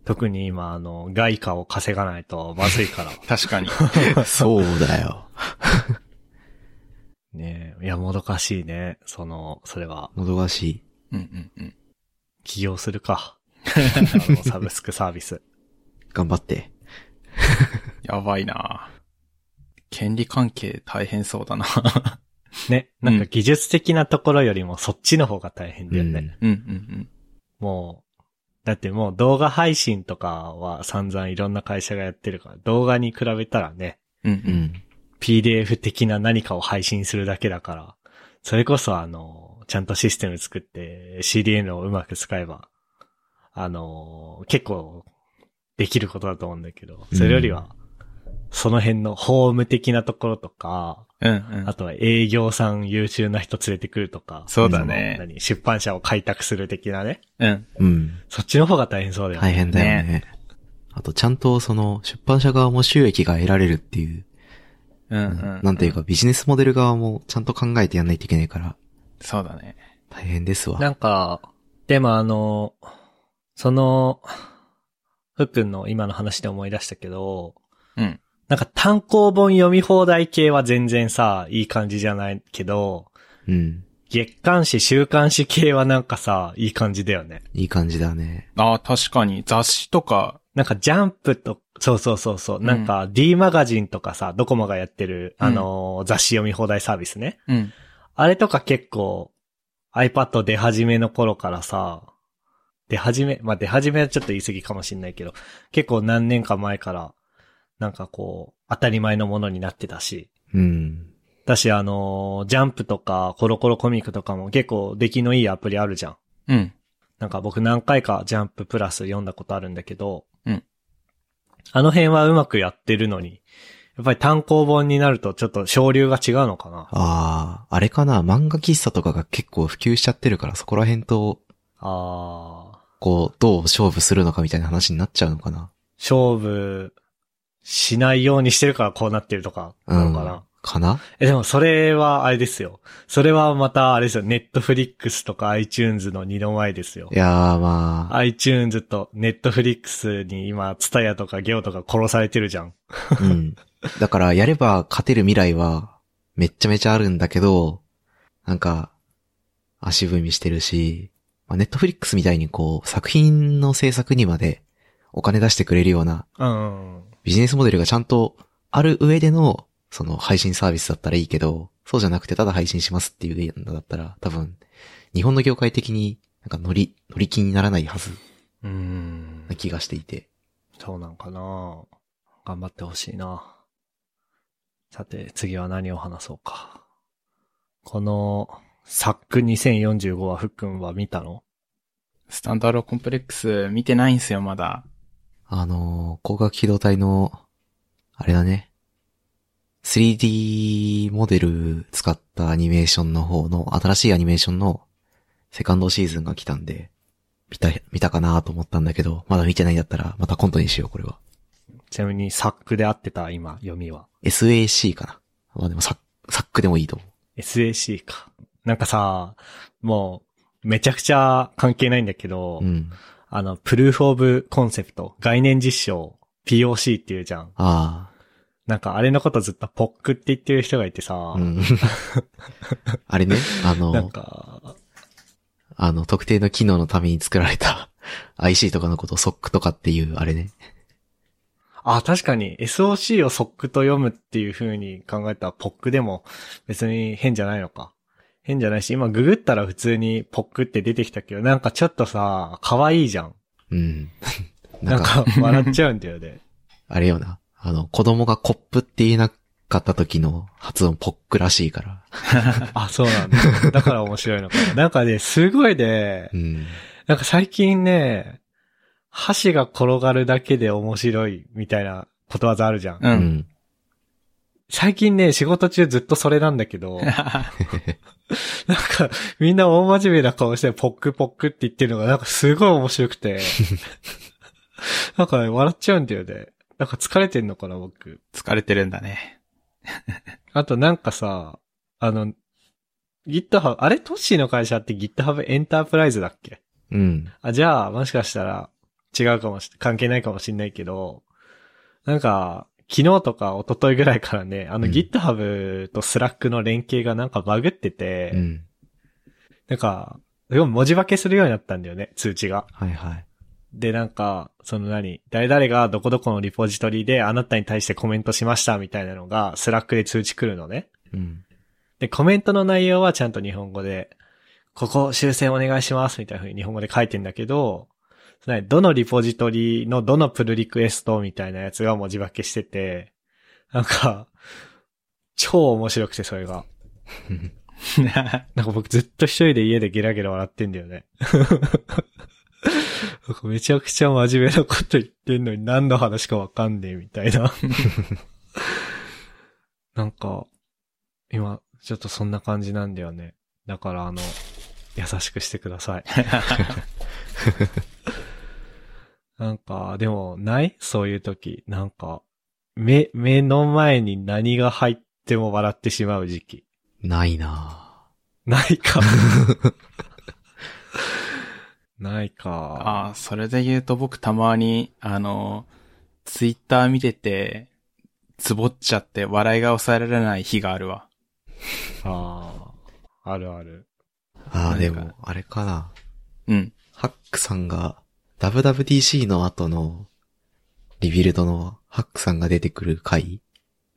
[SPEAKER 1] 特に今、あの、外貨を稼がないとまずい から。
[SPEAKER 3] 確かに。
[SPEAKER 2] そうだよ。
[SPEAKER 1] ねいや、もどかしいね。その、それは、
[SPEAKER 2] もどかしい。
[SPEAKER 3] うんうんうん。
[SPEAKER 1] 起業するか。 あの、サブスクサービス。
[SPEAKER 2] 頑張って。
[SPEAKER 3] やばいな権利関係大変そうだな
[SPEAKER 1] ね、なんか技術的なところよりもそっちの方が大変だよね。
[SPEAKER 2] う
[SPEAKER 3] うん
[SPEAKER 2] ん
[SPEAKER 3] うん
[SPEAKER 1] もう、だってもう動画配信とかは散々いろんな会社がやってるから、動画に比べたらね、
[SPEAKER 3] うん。う
[SPEAKER 2] うんん。
[SPEAKER 1] PDF 的な何かを配信するだけだから、それこそあの、ちゃんとシステム作って CDN をうまく使えば、あの、結構できることだと思うんだけど、それよりは、その辺のホーム的なところとか、
[SPEAKER 3] うん。うんう
[SPEAKER 1] あ
[SPEAKER 3] ん。
[SPEAKER 1] とは営業さん優秀な人連れてくるとか、
[SPEAKER 3] そうだ
[SPEAKER 1] その
[SPEAKER 3] ね。
[SPEAKER 1] 何出版社を開拓する的なね、
[SPEAKER 3] うん。
[SPEAKER 2] うん。
[SPEAKER 1] そっちの方が大変そうだよね
[SPEAKER 2] 大変だよね。あと、ちゃんとその、出版社側も収益が得られるっていう、
[SPEAKER 3] うんうん。
[SPEAKER 2] なんていうか、ビジネスモデル側もちゃんと考えてやんないといけないから、
[SPEAKER 3] そうだね。
[SPEAKER 2] 大変ですわ。
[SPEAKER 1] なんか、でもあの、その、ふっくんの今の話で思い出したけど、
[SPEAKER 3] うん。
[SPEAKER 1] なんか単行本読み放題系は全然さ、いい感じじゃないけど、
[SPEAKER 2] うん。
[SPEAKER 1] 月刊誌、週刊誌系はなんかさ、いい感じだよね。
[SPEAKER 2] いい感じだね。
[SPEAKER 3] ああ、確かに雑誌とか、
[SPEAKER 1] なんかジャンプと、そうそうそうそう、なんか D マガジンとかさ、ドコモがやってる、あのー雑誌読み放題サービスね。
[SPEAKER 3] うん。
[SPEAKER 1] あれとか結構 iPad 出始めの頃からさ、出始め、まあ、出始めはちょっと言い過ぎかもしんないけど、結構何年か前から、なんかこう、当たり前のものになってたし、
[SPEAKER 2] うん。
[SPEAKER 1] だしあのージャンプとかコロコロコミックとかも結構出来のいいアプリあるじゃん。
[SPEAKER 3] うん。
[SPEAKER 1] なんか僕何回かジャンププラス読んだことあるんだけど、
[SPEAKER 3] うん
[SPEAKER 1] あの辺はうまくやってるのに、やっぱり単行本になるとちょっと省流が違うのかな。
[SPEAKER 2] ああ、あれかな、漫画喫茶とかが結構普及しちゃってるから、そこら辺と、
[SPEAKER 1] あー。
[SPEAKER 2] こう、どう勝負するのかみたいな話になっちゃうのかな。
[SPEAKER 1] 勝負しないようにしてるからこうなってるとか、なのかな。
[SPEAKER 2] うんかな
[SPEAKER 1] え、でもそれはあれですよ。それはまたあれですよ。ネットフリックスとか iTunes の二の前ですよ
[SPEAKER 2] い。やーまあ、
[SPEAKER 1] iTunes とネットフリックスに今、ツタヤとかゲオとか殺されてるじゃん。
[SPEAKER 2] うん。だから、やれば勝てる未来は、めっちゃめちゃあるんだけど、なんか、足踏みしてるし、まあ、ネットフリックスみたいにこう、作品の制作にまでお金出してくれるような
[SPEAKER 1] うん。
[SPEAKER 2] ビジネスモデルがちゃんとある上での、その配信サービスだったらいいけど、そうじゃなくてただ配信しますっていうのだったら、多分、日本の業界的になんか乗り、乗り気にならないはず
[SPEAKER 1] うん
[SPEAKER 2] な。気がしていて。
[SPEAKER 1] そうなんかな頑張ってほしいなさて、次は何を話そうか。この、サック2045はふっくんは見たの
[SPEAKER 3] スタンダードコンプレックス見てないんすよ、まだ。
[SPEAKER 2] あのー、光学機動隊の、あれだね。3D モデル使ったアニメーションの方の、新しいアニメーションのセカンドシーズンが来たんで、見た、見たかなと思ったんだけど、まだ見てないんだったら、また今度にしよう、これは。
[SPEAKER 1] ちなみに、サックで合ってた、今、読みは。
[SPEAKER 2] SAC かな。まあでもサッ、サックでもいいと思
[SPEAKER 1] SAC か。なんかさ、もう、めちゃくちゃ関係ないんだけど、
[SPEAKER 2] う。うん。
[SPEAKER 1] あの、プルーフオブコンセプト、概念実証、POC っていうじゃん。
[SPEAKER 2] あ
[SPEAKER 1] なんかあれのことずっとポックって言ってる人がいてさ
[SPEAKER 2] あ。、うん。 あれね、あ
[SPEAKER 1] なん
[SPEAKER 2] の、
[SPEAKER 1] か、
[SPEAKER 2] あの、特定の機能 のために作られた IC とかのことを SOC とかっていう、あれね。
[SPEAKER 1] あ、確かに SOC を SOC と読むっていう風に考えたら POC でも別に変じゃないのか。変じゃないし、今ググったら普通に POC って出てきたけど、なんかちょっとさ、可愛いじゃん。
[SPEAKER 2] うん。な
[SPEAKER 1] なんん
[SPEAKER 2] か、
[SPEAKER 1] か笑っちゃうんだよね。
[SPEAKER 2] あれよな。あの、子供がコップって言えなかった時の発音ポックらしいから。
[SPEAKER 1] あ、そうなんだ。だから面白いのかな。なんかね、すごいね
[SPEAKER 2] う、ん。
[SPEAKER 1] なんか最近ね、箸が転がるだけで面白いみたいなことわざあるじゃん。
[SPEAKER 3] う。
[SPEAKER 2] うんん。
[SPEAKER 1] 最近ね、仕事中ずっとそれなんだけど、なんかみんな大真面目な顔してポックポックって言ってるのがなんかすごい面白く て、なんかね、笑っちゃうんだよね。なんか疲れてんのかな、僕。
[SPEAKER 3] 疲れてるんだね。
[SPEAKER 1] あとなんかさ、あの、GitHub、あれトッシーの会社って GitHub エンタープライズだっけ
[SPEAKER 2] うん。
[SPEAKER 1] あ、じゃあ、もしかしたら、違うかもし、関係ないかもしんないけど、なんか、昨日とか一昨日ぐらいからね、あの
[SPEAKER 2] うん
[SPEAKER 1] GitHub と Slack の連携がなんかバグってて、
[SPEAKER 2] うん。
[SPEAKER 1] なんか、すごい文字化けするようになったんだよね、通知が。
[SPEAKER 2] はいはい。
[SPEAKER 1] で、なんか、その何、誰々がどこどこのリポジトリであなたに対してコメントしましたみたいなのが Slack で通知来るのね。
[SPEAKER 2] うん。
[SPEAKER 1] で、コメントの内容はちゃんと日本語で、ここ修正お願いしますみたいな風に日本語で書いてんだけど、そのどのリポジトリのどのプルリクエストみたいなやつが文字化けしてて、なんか、超面白くてそれが。なんか僕ずっと一人で家でゲラゲラ笑ってんだよね。 なんかめちゃくちゃ真面目なこと言ってんのに何の話かわかんねえみたいな。なんか、今、ちょっとそんな感じなんだよね。だからあの、優しくしてください。なんか、でも、ないそういう時。なんか、目、目の前に何が入っても笑ってしまう時期。
[SPEAKER 2] ないな
[SPEAKER 1] ないか。 ないか。
[SPEAKER 3] ああ、それで言うと僕たまに、あの、ツイッター見てて、つぼっちゃって笑いが抑えられない日があるわ。
[SPEAKER 1] ああ。あるある。
[SPEAKER 2] ぁああ、で
[SPEAKER 3] なん
[SPEAKER 2] も、あれかな。
[SPEAKER 3] うん。
[SPEAKER 2] ハックさんが、WWDC の後の、リビルドのハックさんが出てくる回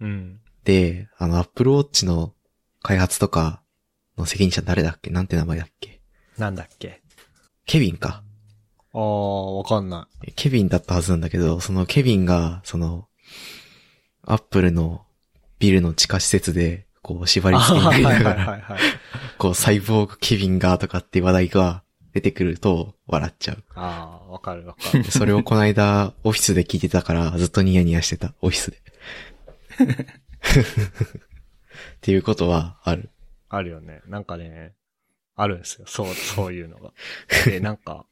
[SPEAKER 1] うん。
[SPEAKER 2] で、あの、Apple Watch の開発とかの責任者誰だっけなんて名前だっけ
[SPEAKER 1] なんだっけ。
[SPEAKER 2] ケビンか。
[SPEAKER 1] ああ、わかんない。
[SPEAKER 2] ケビンだったはずなんだけど、そのケビンが、その、アップルのビルの地下施設で、こう縛り付けになり
[SPEAKER 1] は
[SPEAKER 2] ないが
[SPEAKER 1] はい
[SPEAKER 2] ら、
[SPEAKER 1] はいはい。
[SPEAKER 2] こうサイボーグケビンがとかって話題が出てくると笑っちゃう。
[SPEAKER 1] ああ、わかるわかる
[SPEAKER 2] で。それをこの間、オフィスで聞いてたから、ずっとニヤニヤしてた、オフィスで。っていうことはある。
[SPEAKER 1] あるよね。なんかね、あるんですよ。そう、そういうのが。で、なんか、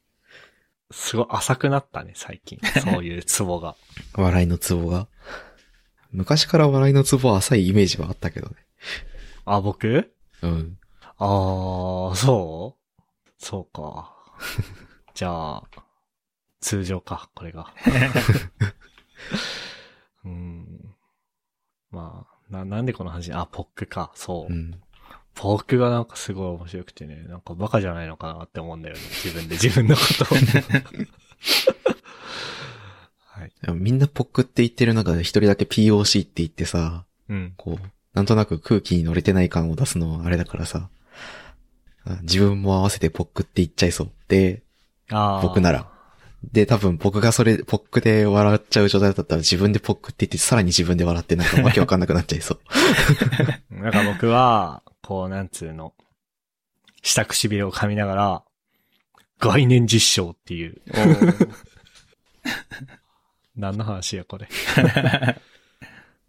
[SPEAKER 1] すごい浅くなったね、最近。そういうツボが。
[SPEAKER 2] 笑いのツボが。昔から笑いのツボは浅いイメージはあったけどね。
[SPEAKER 1] あ、僕
[SPEAKER 2] うん。
[SPEAKER 1] ああ、そうそう か。じゃあ、通常か、こ れが。うん。まあ、な、なんでこの話あ、ポックか、そう。
[SPEAKER 2] うん。
[SPEAKER 1] ポックがなんかすごい面白くてね、なんかバカじゃないのかなって思うんだよね。自分で自分の ことを。はい。
[SPEAKER 2] でもみんなポックって言ってる中で一人だけ POC って言ってさ、
[SPEAKER 1] うん。
[SPEAKER 2] こう、なんとなく空気に乗れてない感を出すのはあれだからさ、あ自分も合わせてポックって言っちゃいそう。で、
[SPEAKER 1] ああ。
[SPEAKER 2] 僕なら。で、多分僕がそれ、ポックで笑っちゃう状態だったら自分でポックって言って、さらに自分で笑ってなんかわけわかんなくなっちゃいそう。
[SPEAKER 1] なんか僕は、こう、なんつうの、下唇を噛みながら、概念実証っていう。何の話や、これ。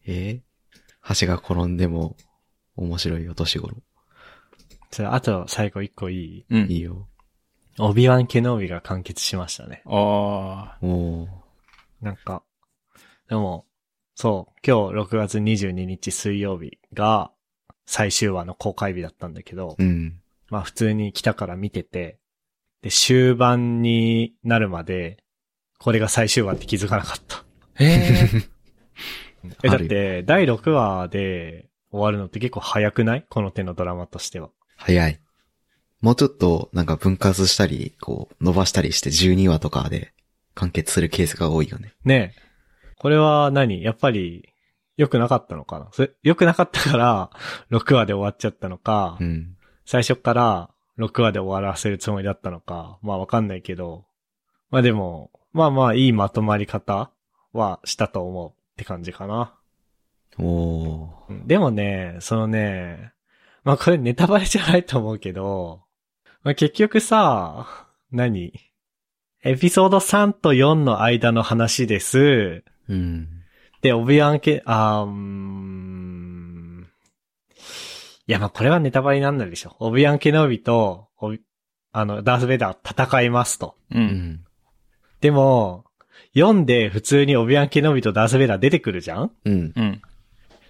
[SPEAKER 2] えー橋が転んでも面白いよ、年頃。
[SPEAKER 1] それあと、最後一個いい
[SPEAKER 3] うん
[SPEAKER 2] い。いよ。
[SPEAKER 1] オビワン・ケノービが完結しましたね。
[SPEAKER 3] おー。
[SPEAKER 2] おー。
[SPEAKER 1] なんか、でも、そう、今日6月22日水曜日が、最終話の公開日だったんだけど、
[SPEAKER 2] うん。
[SPEAKER 1] まあ普通に来たから見てて、で、終盤になるまで、これが最終話って気づかなかった。
[SPEAKER 3] え
[SPEAKER 1] え、
[SPEAKER 2] あ
[SPEAKER 1] だっ
[SPEAKER 2] るよ
[SPEAKER 1] て、第6話で終わるのって結構早くないこの手のドラマとしては。
[SPEAKER 2] 早い。もうちょっとなんか分割したり、こう、伸ばしたりして12話とかで完結するケースが多いよね。
[SPEAKER 1] ねえ。これは何やっぱり良くなかったのかなそれ良くなかったから6話で 終わっちゃったのか、
[SPEAKER 2] うん。
[SPEAKER 1] 最初から6話で終わらせるつもりだったのか、まあわかんないけど、まあでも、まあまあいいまとまり方はしたと思うって感じかな。
[SPEAKER 2] おー。
[SPEAKER 1] うんでもね、そのね、まあこれネタバレじゃないと思うけど、まあ結局さ、何エピソード3と4の間の話です。
[SPEAKER 2] うん。
[SPEAKER 1] で、オビアンケ、あーうーん。いや、まあ、これはネタバレになんないでしょ。オビアン・ケノービと、オビあの、ダース・ベイダー戦いますと。
[SPEAKER 3] う。
[SPEAKER 2] うんん。
[SPEAKER 1] でも、読んで普通にオビアン・ケノービとダース・ベイダー出てくるじゃん
[SPEAKER 2] うん。
[SPEAKER 3] うん。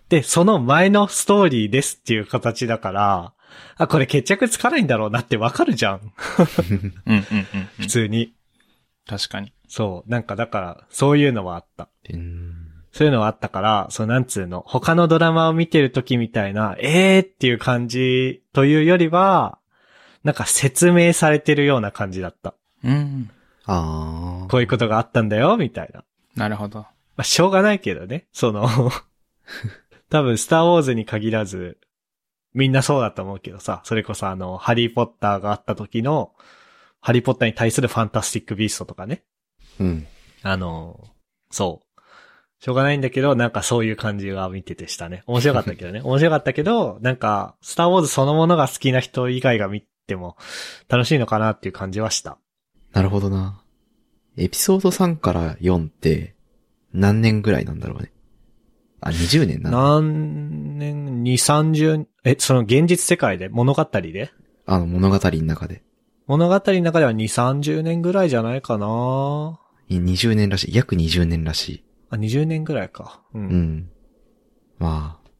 [SPEAKER 1] で、その前のストーリーですっていう形だから、あ、これ決着つかないんだろうなってわかるじゃん。
[SPEAKER 3] うん。うん。う
[SPEAKER 1] 普
[SPEAKER 3] ん。
[SPEAKER 1] 通に。
[SPEAKER 3] 確かに。
[SPEAKER 1] そう。なんかだから、そういうのはあった。
[SPEAKER 2] うん。
[SPEAKER 1] そういうのはあったから、そのなんつうの、他のドラマを見てる時みたいな、えーっていう感じというよりは、なんか説明されてるような感じだった。
[SPEAKER 3] うん。
[SPEAKER 2] あ
[SPEAKER 1] こういうことがあったんだよ、みたいな。
[SPEAKER 3] なるほど。
[SPEAKER 1] まあ、しょうがないけどね、その、多分スターウォーズに限らず、みんなそうだと思うけどさ、それこそあの、ハリーポッターがあった時の、ハリーポッターに対するファンタスティックビーストとかね。
[SPEAKER 2] ー。うん。
[SPEAKER 1] あの、そう。しょうがないんだけど、なんかそういう感じが見ててしたね。面白かったけどね。面白かったけど、なんか、スターウォーズそのものが好きな人以外が見ても楽しいのかなっていう感じはした。
[SPEAKER 2] なるほどな。エピソード3から4って、何年ぐらいなんだろうね。あ、20年なんだ。
[SPEAKER 1] 何年、二三十、え、その現実世界で、物語で
[SPEAKER 2] あの物語の中で。
[SPEAKER 1] 物語の中では二三十年ぐらいじゃないかない
[SPEAKER 2] 20年らしい。約20年らし
[SPEAKER 1] あ、二十年ぐらいか。う
[SPEAKER 2] い。
[SPEAKER 1] ん。
[SPEAKER 2] うん。まあ、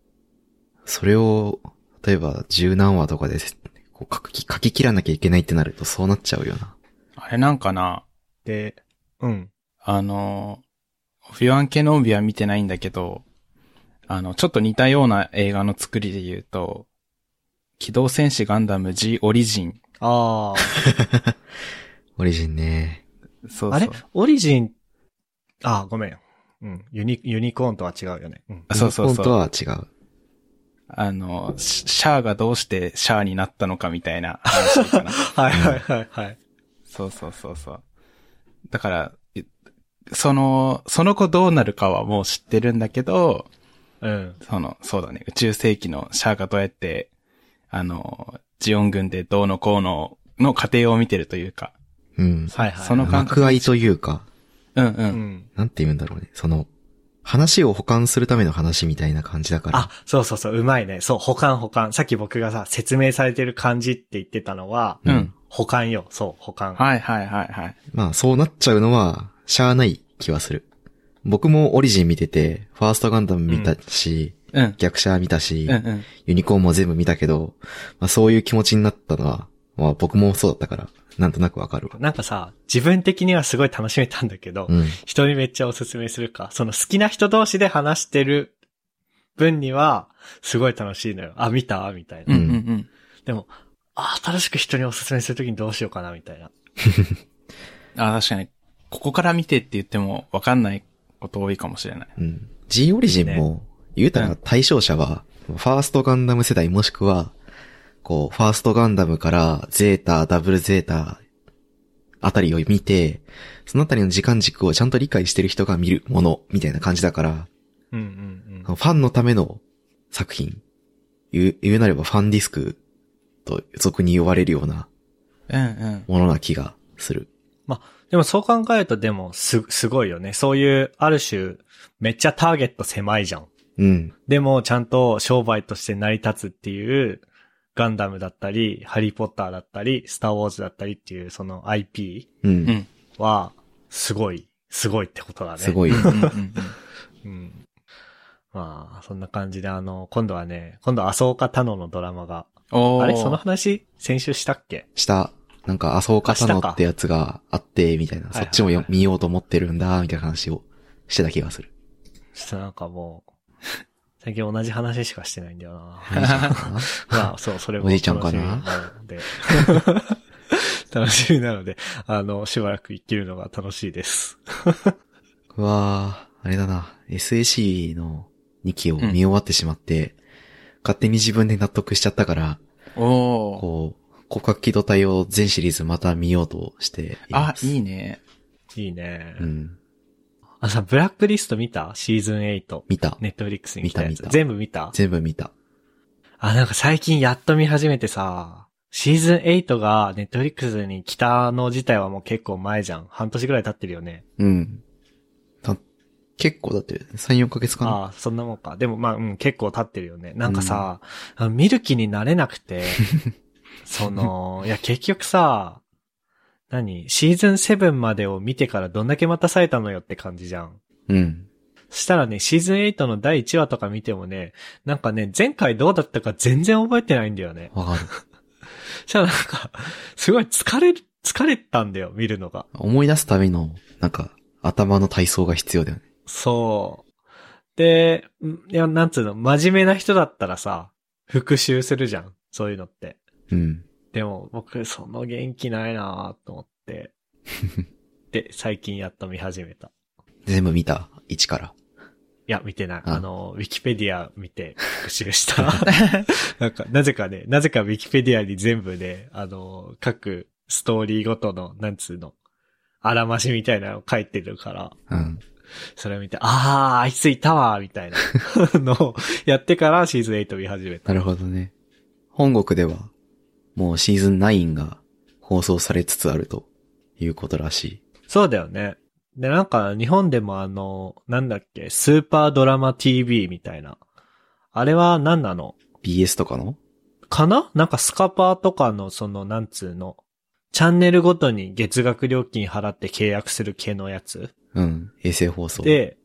[SPEAKER 2] それを、例えば十何話とかで、こう書き、書き切らなきゃいけないってなるとそうなっちゃうよな。
[SPEAKER 3] あれなんかな、
[SPEAKER 1] で、うん。
[SPEAKER 3] あの、オフィワン・ケノービは見てないんだけど、あの、ちょっと似たような映画の作りで言うと、機動戦士ガンダム G オリジン。
[SPEAKER 1] ああ。
[SPEAKER 2] オリジンね。
[SPEAKER 3] そうそう。
[SPEAKER 1] あれオリジン、あ、ごめん。うん。ユニ、ユニコーンとは違うよね。うん。
[SPEAKER 3] そうそう
[SPEAKER 2] 本
[SPEAKER 3] そ
[SPEAKER 2] 当
[SPEAKER 3] う。
[SPEAKER 2] は違う。
[SPEAKER 3] あの、シシャアがどうしてシャアになったのかみたいな話かな。
[SPEAKER 1] はいはいはいはい。
[SPEAKER 3] そうそうそうそう。だから、いその、その子どうなるかはもう知ってるんだけど、
[SPEAKER 1] うん。
[SPEAKER 3] その、そうだね、宇宙世紀のシャアがどうやって、あの、ジオン軍でどうのこうのの過程を見てるというか。
[SPEAKER 2] うん。
[SPEAKER 1] はいはい。
[SPEAKER 3] その感覚
[SPEAKER 2] 幕愛というか、
[SPEAKER 3] うんうん。
[SPEAKER 1] うん。
[SPEAKER 2] なんて言うんだろうね。その、話を保管するための話みたいな感じだから。
[SPEAKER 1] あ、そうそうそう、うまいね。そう、保管保管。さっき僕がさ、説明されてる感じって言ってたのは、
[SPEAKER 3] うん
[SPEAKER 1] 保管よ。そう、保管。
[SPEAKER 3] はいはいはいはい。
[SPEAKER 2] まあそうなっちゃうのは、しゃあない気はする。僕もオリジン見てて、ファーストガンダム見たし、
[SPEAKER 3] うん。
[SPEAKER 2] 逆シャア見たし、
[SPEAKER 3] うんうん。
[SPEAKER 2] ユニコーンも全部見たけど、まあそういう気持ちになったのは、まあ僕もそうだったから、なんとなくわかるわ。
[SPEAKER 1] なんかさ、自分的にはすごい楽しめたんだけど、
[SPEAKER 2] うん。
[SPEAKER 1] 人にめっちゃおすすめするか。その好きな人同士で話してる分には、すごい楽しいのよ。あ、見たみたいな。
[SPEAKER 3] うんうんうん。
[SPEAKER 1] でも、あ、新しく人におすすめするときにどうしようかな、みたいな。
[SPEAKER 3] あ、確かに、ここから見てって言ってもわかんないこと多いかもしれない。
[SPEAKER 2] うん。G オリジンも、言うたら対象者は、ファーストガンダム世代もしくは、こう、ファーストガンダムから、ゼータ、ダブルゼータ、あたりを見て、そのあたりの時間軸をちゃんと理解してる人が見るもの、みたいな感じだから、
[SPEAKER 1] うんうん
[SPEAKER 2] フ
[SPEAKER 1] うん。
[SPEAKER 2] ァンのための作品。言う、言うなればファンディスクと俗に言われるような
[SPEAKER 3] うんうん。
[SPEAKER 2] ものな気がする。
[SPEAKER 1] でもそう考えるとでも、す、すごいよね。そういう、ある種、めっちゃターゲット狭いじゃん。
[SPEAKER 2] うん。
[SPEAKER 1] でも、ちゃんと商売として成り立つっていう、ガンダムだったり、ハリーポッターだったり、スターウォーズだったりっていう、その IP
[SPEAKER 2] う。
[SPEAKER 3] うんん。
[SPEAKER 1] は、すごい、すごいってことだね。
[SPEAKER 2] すごい。
[SPEAKER 3] うんうんうん
[SPEAKER 1] うん。まあ、そんな感じで、あの、今度はね、今度、麻生岡太郎のドラマが、
[SPEAKER 3] おー。
[SPEAKER 1] あれその話、先週したっけ
[SPEAKER 2] 下、なんか、麻生方の
[SPEAKER 1] あ下か
[SPEAKER 2] ってやつがあって、みたいな。
[SPEAKER 1] いは
[SPEAKER 2] そ
[SPEAKER 1] い
[SPEAKER 2] っちもよ見ようと思ってるんだ、みたいな話をしてた気がする。
[SPEAKER 1] ちょっとなんかもう、最近同じ話しかしてないんだよな。
[SPEAKER 2] いいじゃん
[SPEAKER 1] まあ、そう、それも
[SPEAKER 2] おじいちゃんかな
[SPEAKER 1] 楽しみなので。 楽しみなので、あの、しばらく生きるのが楽しいです。
[SPEAKER 2] うわあれだな、SAC の2期を見終わってしまって、勝手に自分で納得しちゃったから、
[SPEAKER 3] おー。
[SPEAKER 2] こう、広角機動隊を全シリーズまた見ようとしてい
[SPEAKER 3] あ
[SPEAKER 2] ま、す。
[SPEAKER 3] いいね。
[SPEAKER 1] いいね。
[SPEAKER 2] うん。
[SPEAKER 1] あ、さ、ブラックリスト見たシーズン8。
[SPEAKER 2] 見た。
[SPEAKER 1] ネットフリックスに来たや
[SPEAKER 2] 見
[SPEAKER 1] つ
[SPEAKER 2] た見。た
[SPEAKER 1] 全部見た
[SPEAKER 2] 全部見た。
[SPEAKER 1] あ、なんか最近やっと見始めてさ、シーズン8がネットフリックスに来たの自体はもう結構前じゃん。半年ぐらい経ってるよね。
[SPEAKER 2] うん。た結構だって、3、4ヶ月かな。
[SPEAKER 1] ああ、そんなもんか。でもまあ、うん、結構経ってるよね。なんかさ、あの見る気になれなくて、その、いや、結局さ、何シーズン7までを見てからどんだけ待たされたのよって感じじゃん。
[SPEAKER 2] うん。
[SPEAKER 1] そしたらね、シーズン8の第1話とか見てもね、なんかね、前回どうだったか全然覚えてないんだよね。
[SPEAKER 2] わかる。
[SPEAKER 1] そしたらなんか、すごい疲れる、疲れたんだよ、見るのが。
[SPEAKER 2] 思い出すための、なんか、頭の体操が必要だよね。
[SPEAKER 1] そう。で、んいや、なんつうの、真面目な人だったらさ、復習するじゃん。そういうのって。
[SPEAKER 2] うん。
[SPEAKER 1] でも、僕、その元気ないなぁと思って。で、最近やっと見始めた。
[SPEAKER 2] 全部見た。1から。
[SPEAKER 1] いや、見てない。
[SPEAKER 2] あ
[SPEAKER 1] あの、ウィキペディア見て復習した。 なんか、なぜかね、なぜかウィキペディアに全部ね、あの、各ストーリーごとの、なんつうの、あらましみたいなの書いてるから、
[SPEAKER 2] うん。
[SPEAKER 1] それを見て、あー、あいついたわ、みたいな のをやってからシーズン8見始めた。
[SPEAKER 2] なるほどね。本国では、もうシーズン9が放送されつつあるということらしい。
[SPEAKER 1] そうだよね。で、なんか、日本でもあの、なんだっけ、スーパードラマ TV みたいな。あれは何なの
[SPEAKER 2] BS とかの
[SPEAKER 1] かななんかスカパーとかのその、なんつうの、チャンネルごとに月額料金払って契約する系のやつ
[SPEAKER 2] うん。衛星放送。
[SPEAKER 1] で、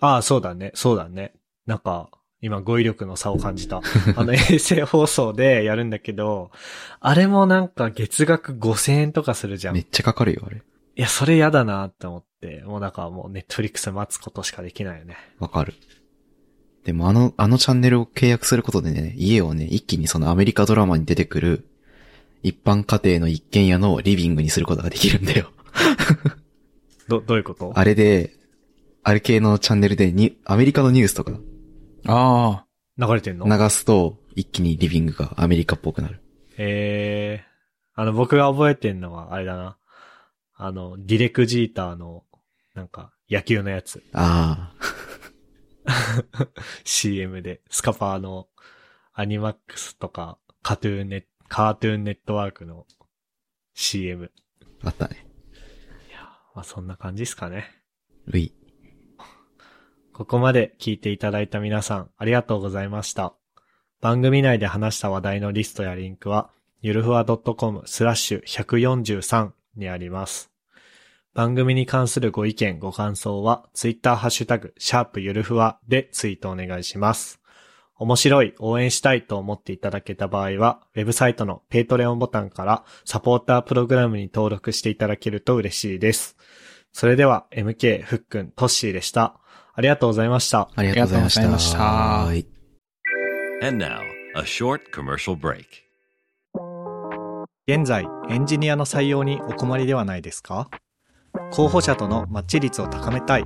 [SPEAKER 1] ああ、そうだね、そうだね。なんか、今語彙力の差を感 じた。あの、衛星放送でやるんだけど、あれもなんか月額5000円とかするじゃん。
[SPEAKER 2] め
[SPEAKER 1] い
[SPEAKER 2] っちゃかかるよ、あれ。
[SPEAKER 1] や、それやだなって思って、もうだからもうネットフリックス待つことしかできないよね。
[SPEAKER 2] わかる。でもあの、あのチャンネルを契約することでね、家をね、一気にそのアメリカドラマに出てくる、一般家庭の一軒家のリビングにすることができるんだよ。
[SPEAKER 1] ど、どういうこと
[SPEAKER 2] あれで、あれ系のチャンネルでに、アメリカのニュースとか
[SPEAKER 3] あ
[SPEAKER 1] 流れてんの
[SPEAKER 2] 流すと、一気にリビングがアメリカっぽくなる。
[SPEAKER 1] ええあの、僕が覚えてんのは、あれだな。あの、ディレク・ジーターの、なんか、野球のやつ。
[SPEAKER 2] ああ、
[SPEAKER 1] CM で、スカパーの、アニマックスとか、カトゥーンネ、カートゥーンネットワークの CM。
[SPEAKER 2] あったね。
[SPEAKER 1] まあ、そんな感じですかね。
[SPEAKER 2] ルイ。
[SPEAKER 1] ここまで聞いていただいた皆さん、ありがとうございました。番組内で話した話題のリストやリンクは、ゆるふわ .com スラッシュ143にあります。番組に関するご意見、ご感想は、ツイッターハッシュタグ、シャープゆるふわでツイートお願いします。面白い、応援したいと思っていただけた場合は、ウェブサイトのペイトレオンボタンからサポータープログラムに登録していただけると嬉しいです。それでは、MK、ふっくん、トッシーでした。ありがとうございました。
[SPEAKER 2] ありがとうございました。
[SPEAKER 3] ありがとうございました
[SPEAKER 2] はい
[SPEAKER 4] And now, a short commercial break.
[SPEAKER 1] 現在エンジニアの採用にお困りではないですか候補者とのマッチ率を高めたい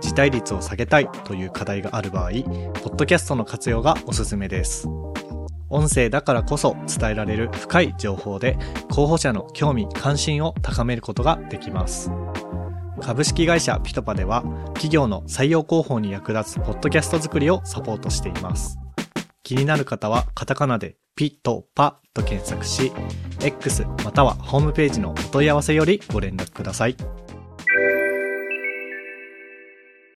[SPEAKER 1] 辞退率を下げたいという課題がある場合ポッドキャストの活用がおすすめです音声だからこそ伝えられる深い情報で候補者の興味関心を高めることができます株式会社ピトパでは企業の採用広報に役立つポッドキャスト作りをサポートしています気になる方はカタカナでピトパと検索し X またはホームページのお問い合わせよりご連絡ください。